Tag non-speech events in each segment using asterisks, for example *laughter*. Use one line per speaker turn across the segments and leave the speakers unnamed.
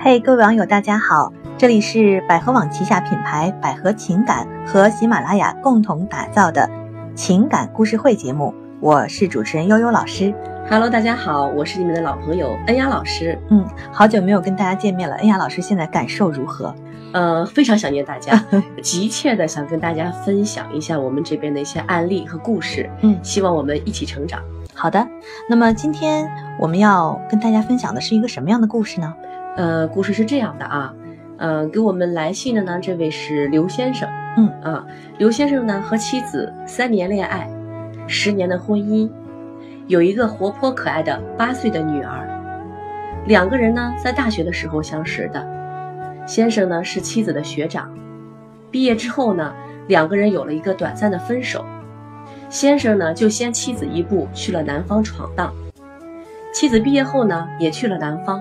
嘿、各位网友，大家好，这里是百合网旗下品牌百合情感和喜马拉雅共同打造的情感故事会节目，我是主持人悠悠老师。
Hello，大家好，我是你们的老朋友恩雅老师，
嗯，好久没有跟大家见面了，恩雅老师现在感受如何？
呃，非常想念大家，急切的想跟大家分享一下我们这边的一些案例和故事，
嗯
希望我们一起成长。
好的，那么今天我们要跟大家分享的是一个什么样的故事呢？
呃，故事是这样的啊，呃，给我们来信的呢，这位是刘先生，
嗯
啊，刘先生呢和妻子三年恋爱，十年的婚姻，有一个活泼可爱的八岁的女儿，两个人呢在大学的时候相识的，先生呢是妻子的学长，毕业之后呢，两个人有了一个短暂的分手，先生呢就先妻子一步去了南方闯荡，妻子毕业后呢也去了南方。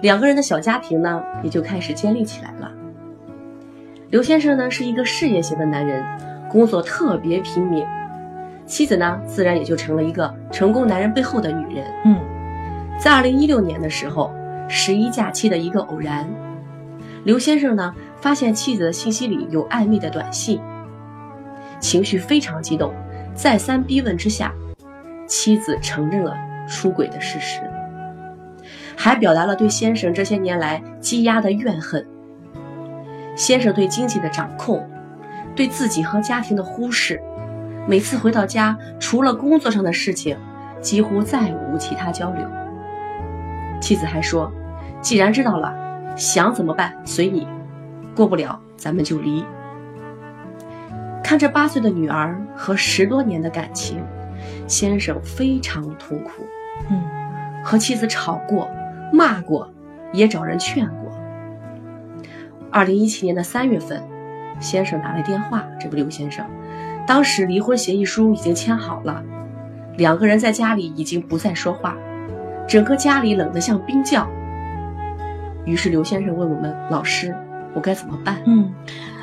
两个人的小家庭呢，也就开始建立起来了。刘先生呢是一个事业型的男人，工作特别拼命，妻子呢自然也就成了一个成功男人背后的女人。
嗯
在二零一六年的时候，十一假期的一个偶然，刘先生呢发现妻子的信息里有暧昧的短信，情绪非常激动，再三逼问之下，妻子承认了出轨的事实，还表达了对先生这些年来积压的怨恨。先生对经济的掌控，对自己和家庭的忽视，每次回到家，除了工作上的事情，几乎再无其他交流。妻子还说：“既然知道了，想怎么办随你，过不了咱们就离。”看着八岁的女儿和十多年的感情，先生非常痛苦，
嗯
和妻子吵过、骂过，也找人劝过。二零一七年的三月份，先生打来电话，这位刘先生，当时离婚协议书已经签好了，两个人在家里已经不再说话，整个家里冷得像冰窖。于是刘先生问我们老师：“我该怎么办
嗯，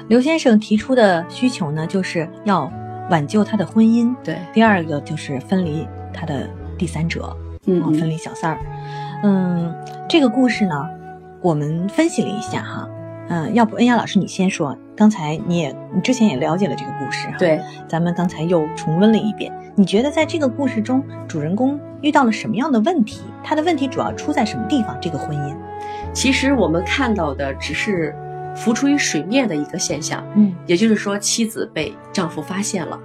刘先生提出的需求呢，就是要挽救他的婚姻，？”
对，
第二个就是分离他的第三者。
嗯
哦，分离小三儿。嗯，这个故事呢，我们分析了一下哈。嗯，要不恩雅老师你先说，刚才你也你之前也了解了这个故事哈，，
对，
咱们刚才又重温了一遍。你觉得在这个故事中，主人公遇到了什么样的问题？他的问题主要出在什么地方？这个婚姻？
其实我们看到的只是浮出于水面的一个现象，
嗯，
也就是说，妻子被丈夫发现了，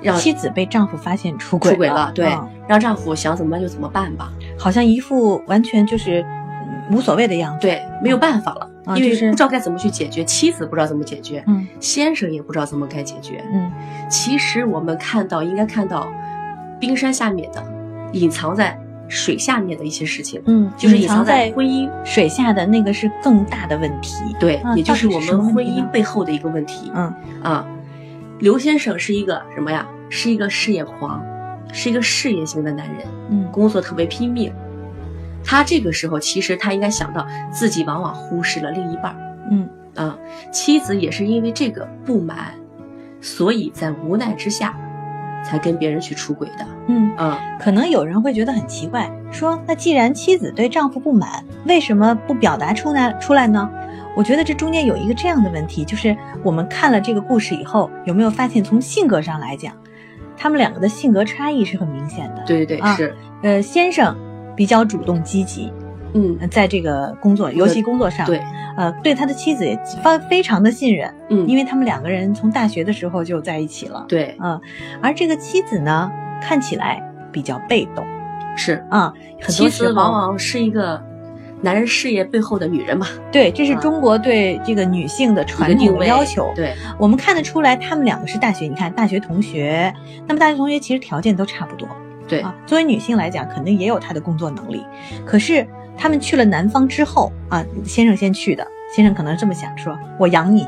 让
妻子被丈夫发现出轨
出轨了，对
嗯，
让丈夫想怎么办就怎么办吧，
好像一副完全就是嗯无所谓的样子。
对，没有办法了，
啊
因为
就是
不知道该怎么去解决，妻子不知道怎么解决，
嗯
先生也不知道怎么该解决。
嗯
其实我们看到，应该看到冰山下面的，隐藏在水下面的一些事情，
嗯，
就是
隐
隐藏
藏
在
在
婚姻，
水下的那个是更大的问题。
对，
啊
也就是
到
我
底是什么
们婚
问题
姻
呢
背后的一个问题。
嗯
啊，刘先生是一个什么呀？是一个事业狂，是一个事业型的男人，
嗯
工作特别拼命。他这个时候其实他应该想到自己往往忽视了另一半儿
嗯。
啊，妻子也是因为这个不满，所以在无奈之下，才跟别人去出轨的
嗯，
啊。
可能有人会觉得很奇怪，说那既然妻子对丈夫不满，为什么不表达出来出来呢？我觉得这中间有一个这样的问题，就是我们看了这个故事以后，有没有发现从性格上来讲，他们两个的性格差异是很明显的。，
对对对，
啊
是，
呃，先生比较主动积极，
嗯，
呃在这个工作，尤其工作上，
对，
呃，对他的妻子也非非常的信任，因
嗯，
为他们两个人从大学的时候就在一起了。
对，
而这个妻子呢，看起来比较被动
是。
啊，很多
妻
时
子
候
往往是一个男人事业背后的女人嘛，
对，这是
啊
中国对这个女性的
一个
传
定
统的
位
要求。
对，
我们看得出来，他们两个是大学，你看大学同学，那么大学同学其实条件都差不多
对，
啊。作为女性来讲，肯定也有她的工作能力，可是他们去了南方之后啊，先生先去的，先生可能这么想说：“我养你，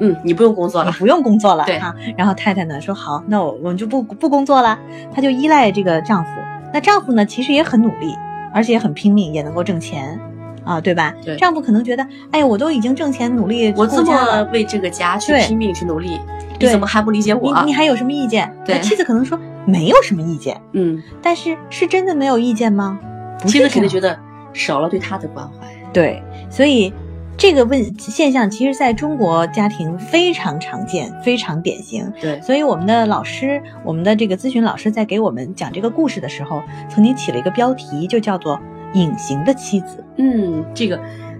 嗯，你不用工作
你
了，
不用工作了。”
对
哈、然后太太呢说：“好，那我我们就不不工作了。”她就依赖这个丈夫。那丈夫呢，其实也很努力，而且也很拼命，也能够挣钱。啊，对吧？
对
丈夫可能觉得，哎呀，我都已经挣钱努力
我
顾
这
家了
么为这个家去
对
拼命去努力，你
对
怎么还不理解我啊？
你你还有什么意见？
对
那妻子可能说没有什么意见，
嗯，
但是是真的没有意见吗？不
妻
是
子肯定
这样
觉得少了对他的关怀，
对，所以这个问现象，其实在中国家庭非常常见，非常典型。
对，
所以我们的老师，我们的这个咨询老师在给我们讲这个故事的时候，曾经起了一个标题，就叫做“隐形的妻子
嗯，这个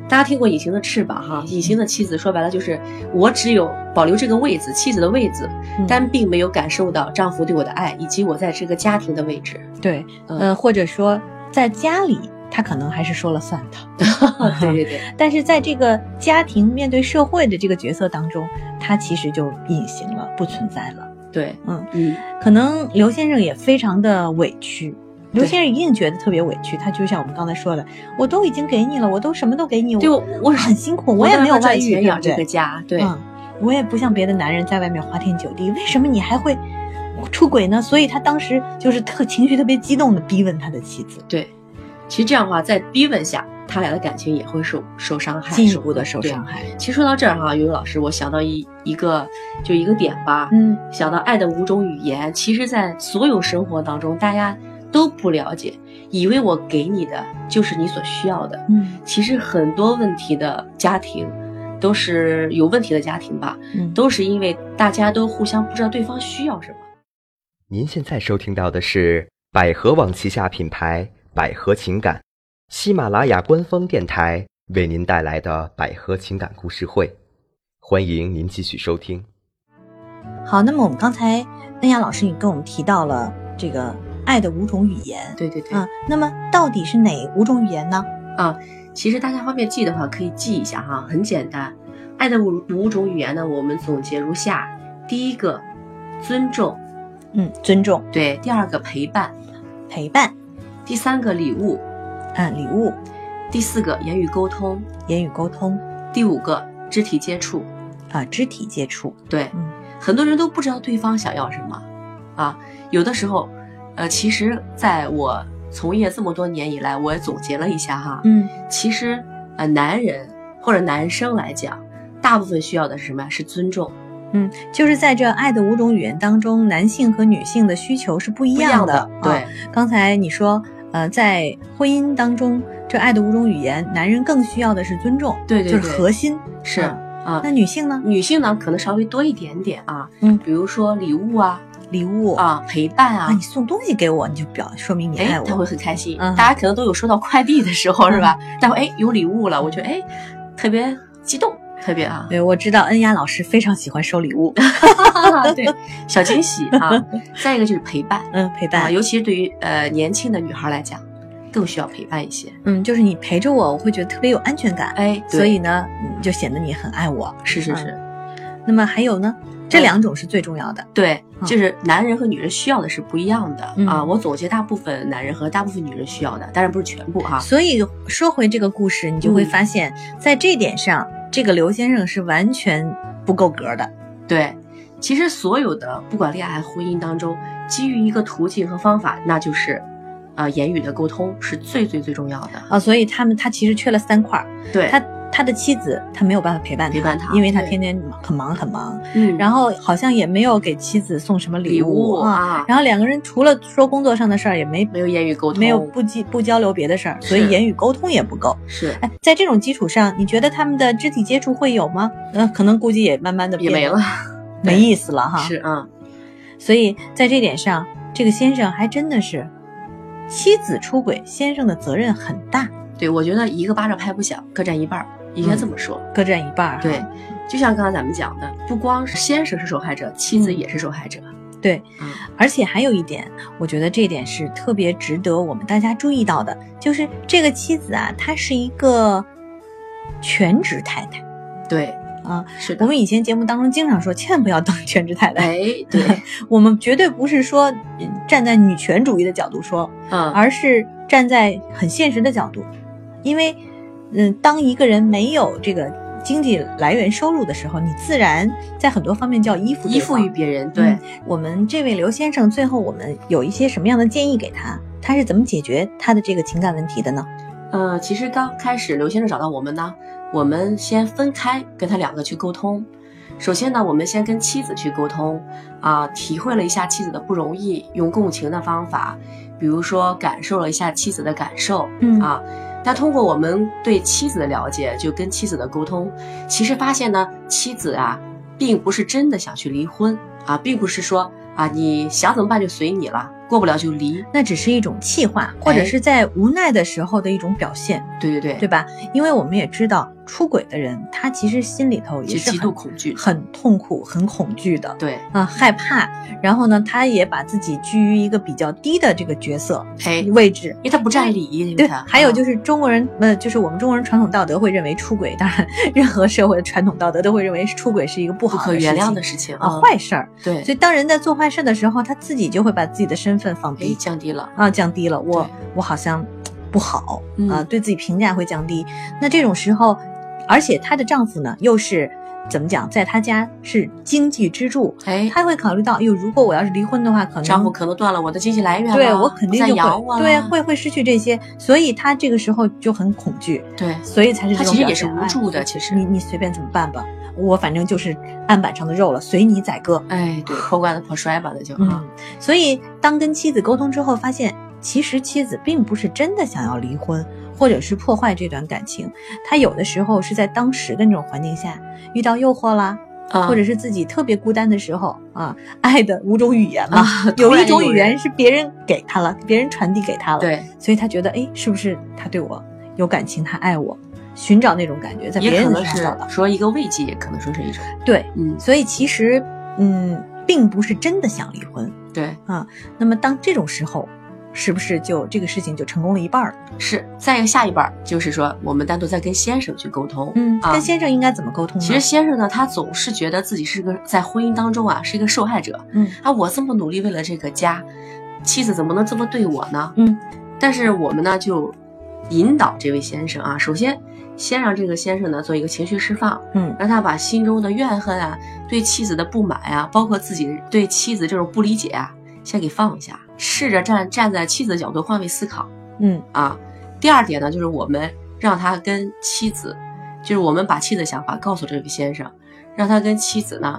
大家听过《隐形的翅膀》
嗯
哈，《隐形的妻子》说白了就是我只有保留这个位置，妻子的位置，”。
嗯
但并没有感受到丈夫对我的爱，以及我在这个家庭的位置。
对，
嗯
呃，或者说在家里，他可能还是说了算的。 *laughs* 嗯
对 *laughs* 对对，
但是在这个家庭面对社会的这个角色当中，他其实就隐形了，不存在了。
对，
嗯
嗯，
可能刘先生也非常的委屈，刘
对
先生一定觉得特别委屈。他就像我们刚才说的，我都已经给你了，我都什么都给你，
对我
我
我
很辛苦，我也没有外
赚
遇，
钱
对
养
不
这个
对？
家，对，
嗯，我也不像别的男人在外面花天酒地，为什么你还会出轨呢？所以他当时就是特情绪特别激动的逼问他的妻子，
对，其实这样的话，在逼问下，他俩的感情也会受受伤害，
进一
受
步的受
对
伤害。
其实说到这儿哈，于老师，我想到一一个就一个点吧，
嗯，
想到爱的五种语言，其实，在所有生活当中，大家都不了解，以为我给你的就是你所需要的。
嗯
其实很多问题的家庭，都是有问题的家庭吧，
嗯，
都是因为大家都互相不知道对方需要什么。
您现在收听到的是百合网旗下品牌百合情感，喜马拉雅官方电台为您带来的百合情感故事会，欢迎您继续收听。
好，那么我们刚才恩雅老师，你跟我们提到了这个爱的五种语言，
对对对，
啊，那么到底是哪五种语言呢？
其实大家方便记的话，可以记一下哈，很简单。爱的五五种语言呢，我们总结如下：第一个，尊重；
嗯，尊重、
对，第二个陪伴，
陪伴，
第三个礼物，
嗯，礼物、
第四个言语沟通，
言语沟通
第五个肢体接触。
啊，肢体接触，
对，
嗯
很多人都不知道对方想要什么，啊，有的时候，呃，其实在我从业这么多年以来，我也总结了一下哈，
嗯
其实呃，男人或者男生来讲，大部分需要的是什么呀？是尊重。
嗯，就是在这爱的五种语言当中，男性和女性的需求是不一
不
样的。
对、
啊刚才你说，呃，在婚姻当中，这爱的五种语言，男人更需要的是尊重，
对对
就是
对
核心。
是
啊
啊。
那女性呢？
女性呢，可能稍微多一点点啊，
嗯
比如说礼物啊，
礼物
啊，陪伴啊
啊，，你送东西给我，你就表说明你
哎
爱，我。
他会很开心。
嗯
大家可能都有收到快递的时候，是吧？然后哎，有礼物了，我觉得哎，特别激动，特
*laughs*
别啊，
对，我知道恩雅老师非常喜欢收礼
*laughs*
物，
对，小惊喜啊。再一个就是陪伴
嗯，陪
啊，
伴，
尤其是对于呃年轻的女孩来讲，更需要陪伴一些。
嗯，就是你陪着我，我会觉得特别有安全感，
哎，对
所以嗯呢，嗯就显得你很爱我。
是是是，
那么还有
嗯
呢，这两种是最重要的。
对，
嗯
就是男人和女人需要的是不一样的、
嗯
啊。我总结大部分男人和大部分女人需要的，当然不是全部哈、
所以说回这个故事，你就会
啊嗯
发现，在这点上，这个刘先生是完全不够格的。
对，其实所有的不管恋爱还是婚姻当中，基于一个途径和方法，那就是，呃，言语的沟通是最最最重要的。
啊，所以他们他其实缺了三块儿，
对，
他他的妻子他没有办法陪伴他，
陪伴他
因为他
对
天天很忙很忙，
嗯，
然后好像也没有给妻子送什么
礼物
啊。
啊，
然后两个人除了说工作上的事儿，也没
没有言语沟通，
没有不交不交流别的事儿，所以
是
言语沟通也不够。
是
哎，在这种基础上，你觉得他们的肢体接触会有吗？嗯、可能估计也慢慢的
也没了，
没意思了哈。
是，嗯，
所以在这点上，这个先生还真的是妻子出轨，先生的责任很大，
对，我觉得一个巴掌拍不响，各占一半儿，应该这
嗯
么说。
各占一半儿哈。
对，就像刚才咱们讲的，不光是先生是受害者，妻子
嗯
也是受害者。
对，
嗯
而且还有一点，我觉得这一点是特别值得我们大家注意到的，就是这个妻子啊，她是一个全职太太。
对，
啊，
是的
我。们以前节目当中经常说，千万不要当全职太太。
哎，
*laughs*
对，
我们绝对不是说嗯站在女权主义的角度说，
嗯，
而是站在很现实的角度，因为，嗯，当一个人没有这个经济来源收入的时候，你自然在很多方面就要依附
依附于别人，啊对，
嗯我们这位刘先生，最后我们有一些什么样的建议给他？他是怎么解决他的这个情感问题的呢？
呃，其实刚开始刘先生找到我们呢，我们先分开跟他两个去沟通，首先呢，我们先跟妻子去沟通，啊、体会了一下妻子的不容易，用共情的方法，比如说感受了一下妻子的感受，
嗯
啊，那通过我们对妻子的了解，就跟妻子的沟通，其实发现呢，妻子啊，并不是真的想去离婚啊，并不是说啊，你想怎么办就随你了，过不了就离，
那只是一种气话，或
哎
者是在无奈的时候的一种表现，
对对对，
对吧？因为我们也知道，出轨的人他其实心里头也
就是极度
很
恐惧，
很痛苦、很恐惧的。
对，
啊、害怕，然后呢，他也把自己居于一个比较低的这个角色
哎，
位置，
因为他啊不占理，
对，还有就是是中国人，呃，就是我们中国人传统道德会认为出轨，当然，任何社会的传统道德都会认为出轨是一个不
不
好
可
的
原
事
谅
情
的事情
啊
嗯
坏事儿。
对，
所以当人在做坏事的时候，他自己就会把自己的身份放
哎
低
降低了，
啊，降低了。我
对
我好像不好
嗯
啊，对自己评价会降低。那这种时候，而且她的丈夫呢，又是怎么讲，在她家是经济支柱，
哎，
他会考虑到，哟，如果我要是离婚的话，可能
丈夫可能断了我的经济来源了，
对我肯定
不
就
再啊养我
会
了
对会会失去这些，所以他这个时候就很恐惧，
对
所以才是
他
这种
其实
表
也是
现
无
哎
助的，其实，
你你随便怎么办吧，我反正就是案板上的肉了，随你宰割。
哎，对，破罐子破摔吧，那就啊
嗯，，所以当跟妻子沟通之后，发现其实妻子并不是真的想要离婚，或者是破坏这段感情，她有的时候是在当时的那种环境下遇到诱惑啦，
啊
或者是自己特别孤单的时候啊，爱的五种语言嘛，
啊，突
有
然
一种语
人
言是别人给他了，别人传递给他了，，
对，
所以他觉得，哎，是不是他对我有感情，他爱我，寻找那种感觉，在别
也可
人
能
身
是
上找到，
说一个慰藉，也可能说是一种，
对，
嗯，
所以其实，嗯，并不是真的想离婚。
对，
那么当这种时候，是不是就这个事情就成功了一半儿了？
是。再一个下一半儿就是说，我们单独再跟先生去沟通，啊
跟嗯先生应该怎么沟通呢？
其实，先生呢，他总是觉得自己是个在婚姻当中啊是一个受害者
嗯
啊，我这么努力为了这个家，妻子怎么能这么对我呢？
嗯，
但是我们呢就引导这位先生啊，首先先让这个先生呢做一个情绪释放，
嗯
让他把心中的怨恨啊、对妻子的不满啊，包括自己对妻子这种不理解啊，先给放下，试着站站在妻子的角度换位思考。
嗯
啊。第二点呢，就是我们让他跟妻子，就是我们把妻子的想法告诉这位先生，让他跟妻子呢，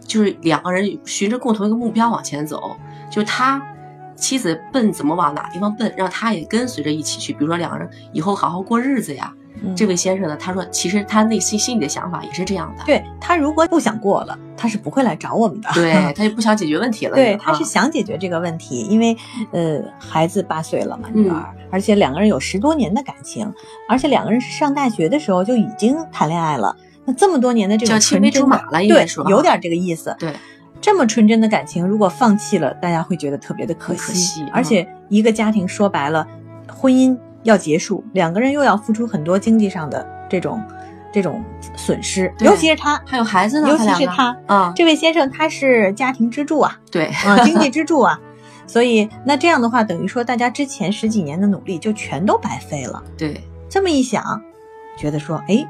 就是两个人循着共同一个目标往前走，就他。妻子奔怎么往哪地方奔，让他也跟随着一起去。比如说两个人以后好好过日子呀。
嗯，
这位先生呢，他说其实他内心心里的想法也是这样的，
对他如果不想过了，他是不会来找我们的。
对，他就不想解决问题了。
对，
啊
他是想解决这个问题，因为呃，孩子八岁了嘛，
嗯
女儿，而且两个人有十多年的感情，而且两个人是上大学的时候就已经谈恋爱了，那这么多年的这
叫
种
青
纯
梅
真
竹
的
马了，应
对
该说，啊
有点这个意思。
对，
这么纯真的感情，如果放弃了，大家会觉得特别的可惜。
很可惜啊
而且一个家庭说白了，婚姻要结束，两个人又要付出很多经济上的这种这种损失，
对
尤其是他，
还有孩子呢，
尤其
两
是
个
他
啊，
这位先生，他是家庭支柱啊，
对，
*laughs* 啊，经济支柱啊。所以，那这样的话，等于说大家之前十几年的努力就全都白费了。
对，
这么一想，觉得说，哎，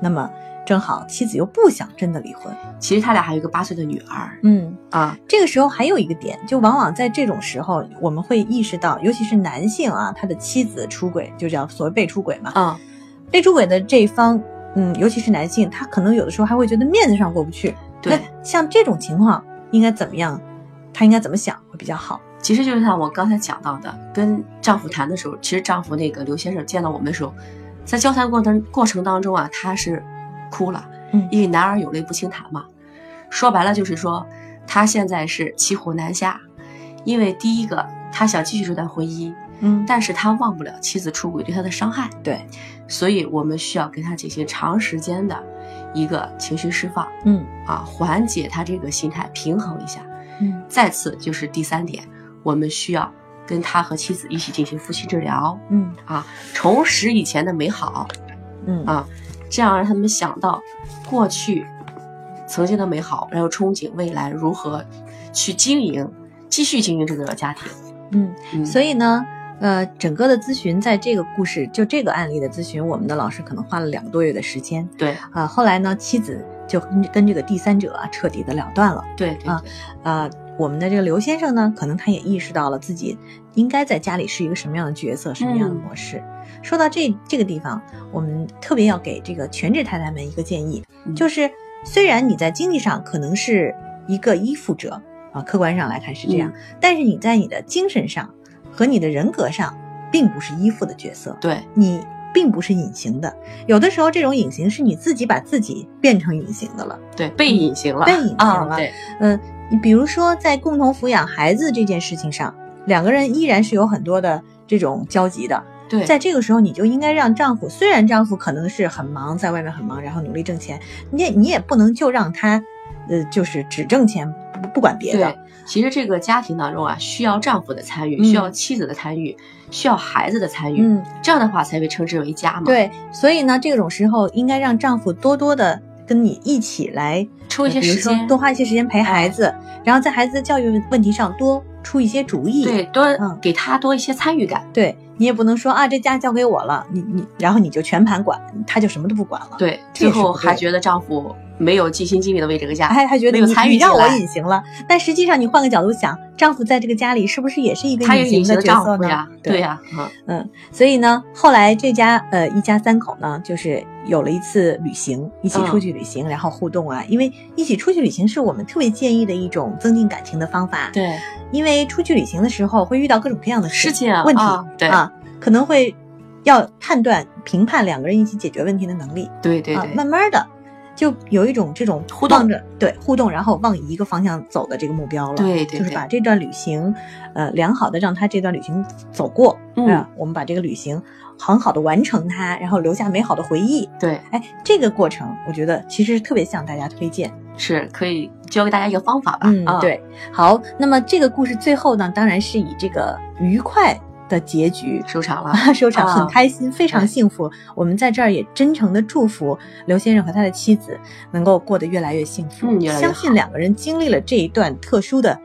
那么正好妻子又不想真的离婚，
其实他俩还有一个八岁的女儿
嗯，
啊，
这个时候还有一个点，就往往在这种时候，我们会意识到，尤其是男性啊，他的妻子出轨，就叫所谓被出轨嘛。
啊，
被出轨的这一方，嗯，尤其是男性，他可能有的时候还会觉得面子上过不去。
对，
那像这种情况应该怎么样？他应该怎么想会比较好？
其实就是像我刚才讲到的，跟丈夫谈的时候，其实丈夫那个刘先生见到我们的时候，在交谈过程过程当中啊，他是哭了，
嗯
因为男儿有泪不轻弹嘛，说白了就是说，他现在是骑虎难下，因为第一个他想继续这段婚姻，
嗯
但是他忘不了妻子出轨对他的伤害，
对，
所以我们需要给他进行长时间的一个情绪释放
嗯
啊，缓解他这个心态，平衡一下。
嗯
再次就是第三点，我们需要跟他和妻子一起进行夫妻治疗，
嗯
重拾以前的美好，
嗯
啊这样让他们想到过去曾经的美好，然后憧憬未来如何去经营，继续经营这个家庭。
嗯。
嗯，
所以呢，呃，整个的咨询在这个故事，就这个案例的咨询，我们的老师可能花了两个多月的时间。
以对
啊，后来呢，妻子就跟跟这个第三者啊彻底的了断了。
对对
啊
对
啊，我们的这个刘先生呢，可能他也意识到了自己应该在家里是一个什么样的角色，什么样的模式。说到这这个地方，我们特别要给这个全职太太们一个建议，
嗯
就是虽然你在经济上可能是一个依附者啊，客观上来看是这样，但是你在你的精神上和你的人格上，并不是依附的角色，
对，
你并不是隐形的。有的时候这种隐形是你自己把自己变成隐形的了。
对，被隐形了，
嗯被隐形了
啊，对，
嗯，你比如说在共同抚养孩子这件事情上，两个人依然是有很多的这种交集的。
对，
在这个时候，你就应该让丈夫，虽然丈夫可能是很忙，在外面很忙，然后努力挣钱，你也你也不能就让他，呃，就是只挣钱不不管别的
对。，其实这个家庭当中啊，需要丈夫的参与，
啊嗯
需要妻子的参与，需要孩子的参与，
嗯，
这样的话才被称之为家嘛。，
对。所以呢，这种时候应该让丈夫多多的跟你一起来呃
抽一些
比如
时
说
间，啊
多花一些时间陪孩子，然后在孩子的教育问题上多出一些主意。
对，多、
嗯
给他多一些参与感。
对你也不能说啊，这家交给我了，你你，然后你就全盘管，他就什么都不管了。，
对，
这
最
也是
后
不对哎
还
的
觉得丈夫没有尽心尽力的为这个家。
还还觉得
没有
你
参与
你让
进
我
来
隐形了，但实际上你换个角度想，丈夫在这个家里是不是也是一个
他有
隐
隐
形
形
的
的
角
丈
色
夫
呢？
呀，对呀，嗯，
嗯，所以呢，后来这家呃一家三口呢，就是有了一次旅行，一起
嗯
出去旅行，然后互动啊，因为一起出去旅行是我们特别建议的一种增进感情的方法。，
对，
因为出去旅行的时候会遇到各种各样的
事情啊
问题
啊对
啊，可能会要判断评判两个人一起解决问题的能力
对对
啊，
对，
慢慢的就有一种这种
互动
望着对互动，然后往一个方向走的这个目标了。
对对
就是
对
把，这段旅行，呃，良好的让他这段旅行走过，
嗯
啊我们把这个旅行很好的完成它，然后留下美好的回忆。
对，
哎，这个过程我觉得其实特别向大家推荐。
是可以教给大家一个方法吧，啊，，
嗯对。好，那么这个故事最后呢，当然是以这个愉快的结局
收场了， *laughs*
*laughs* 收场，
啊
很开心，非常
对
幸福。我们在这儿也真诚的祝福刘先生和他的妻子能够过得越来越幸福。
嗯越来越
相信两个人经历了这一段特殊的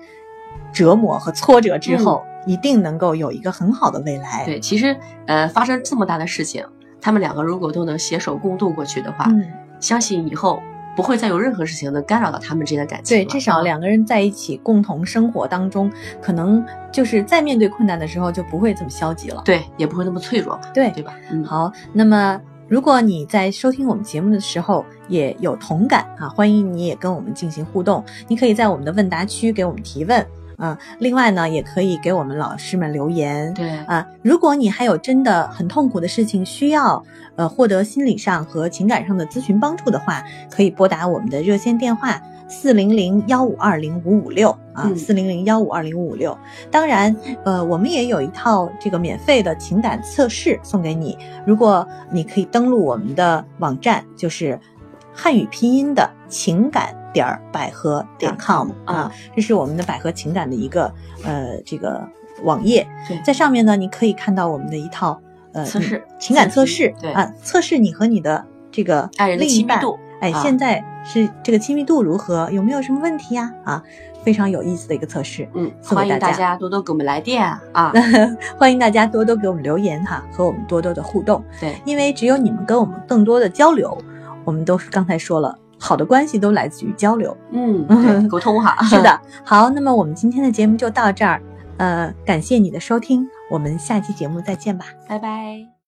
折磨和挫折之后，一定能够有一个很好的未来。，
嗯对，其实呃，发生这么大的事情，他们两个如果都能携手共度过去的话，
嗯，
相信以后不会再有任何事情能干扰到他们之间的感情
对，
了。啊
至少两个人在一起共同生活当中，可能就是在面对困难的时候就不会这么消极了。
对也不会那么脆弱嘛，
对
对吧？嗯，
好，那么如果你在收听我们节目的时候也有同感啊，欢迎你也跟我们进行互动，你可以在我们的问答区给我们提问啊，另外呢，也可以给我们老师们留言。
对，
啊，如果你还有真的很痛苦的事情需要，呃，获得心理上和情感上的咨询帮助的话，可以拨打我们的热线电话四零零幺五二零五五六啊，
嗯
四零零幺五二零五五六。当然，呃，我们也有一套这个免费的情感测试送给你，如果你可以登录我们的网站，就是汉语拼音的情感点儿百合点 com
啊
啊，这是我们的百合情感的一个呃这个网页
对，
在上面呢，你可以看到我们的一套呃
测试
你情感测
测
试
评，对
啊，测试你和你的这个
爱人的
另一
亲密
半
度，
哎，
啊
现在是这个亲密度如何？有没有什么问题呀？啊，非常有意思的一个测试，
嗯，
送给
欢迎
大
大
家
家多多给我们来电
*laughs*
啊，
欢迎大家多多给我们留言哈，和我们多多的互动。
对
因为只有你们跟我们更多的交流，我们都是刚才说了，好的关系都来自于交流。 *laughs*
嗯，对沟通哈，
是，的，好，那么我们今天的节目就到这儿，呃，感谢你的收听，我们下期节目再见吧。
拜拜。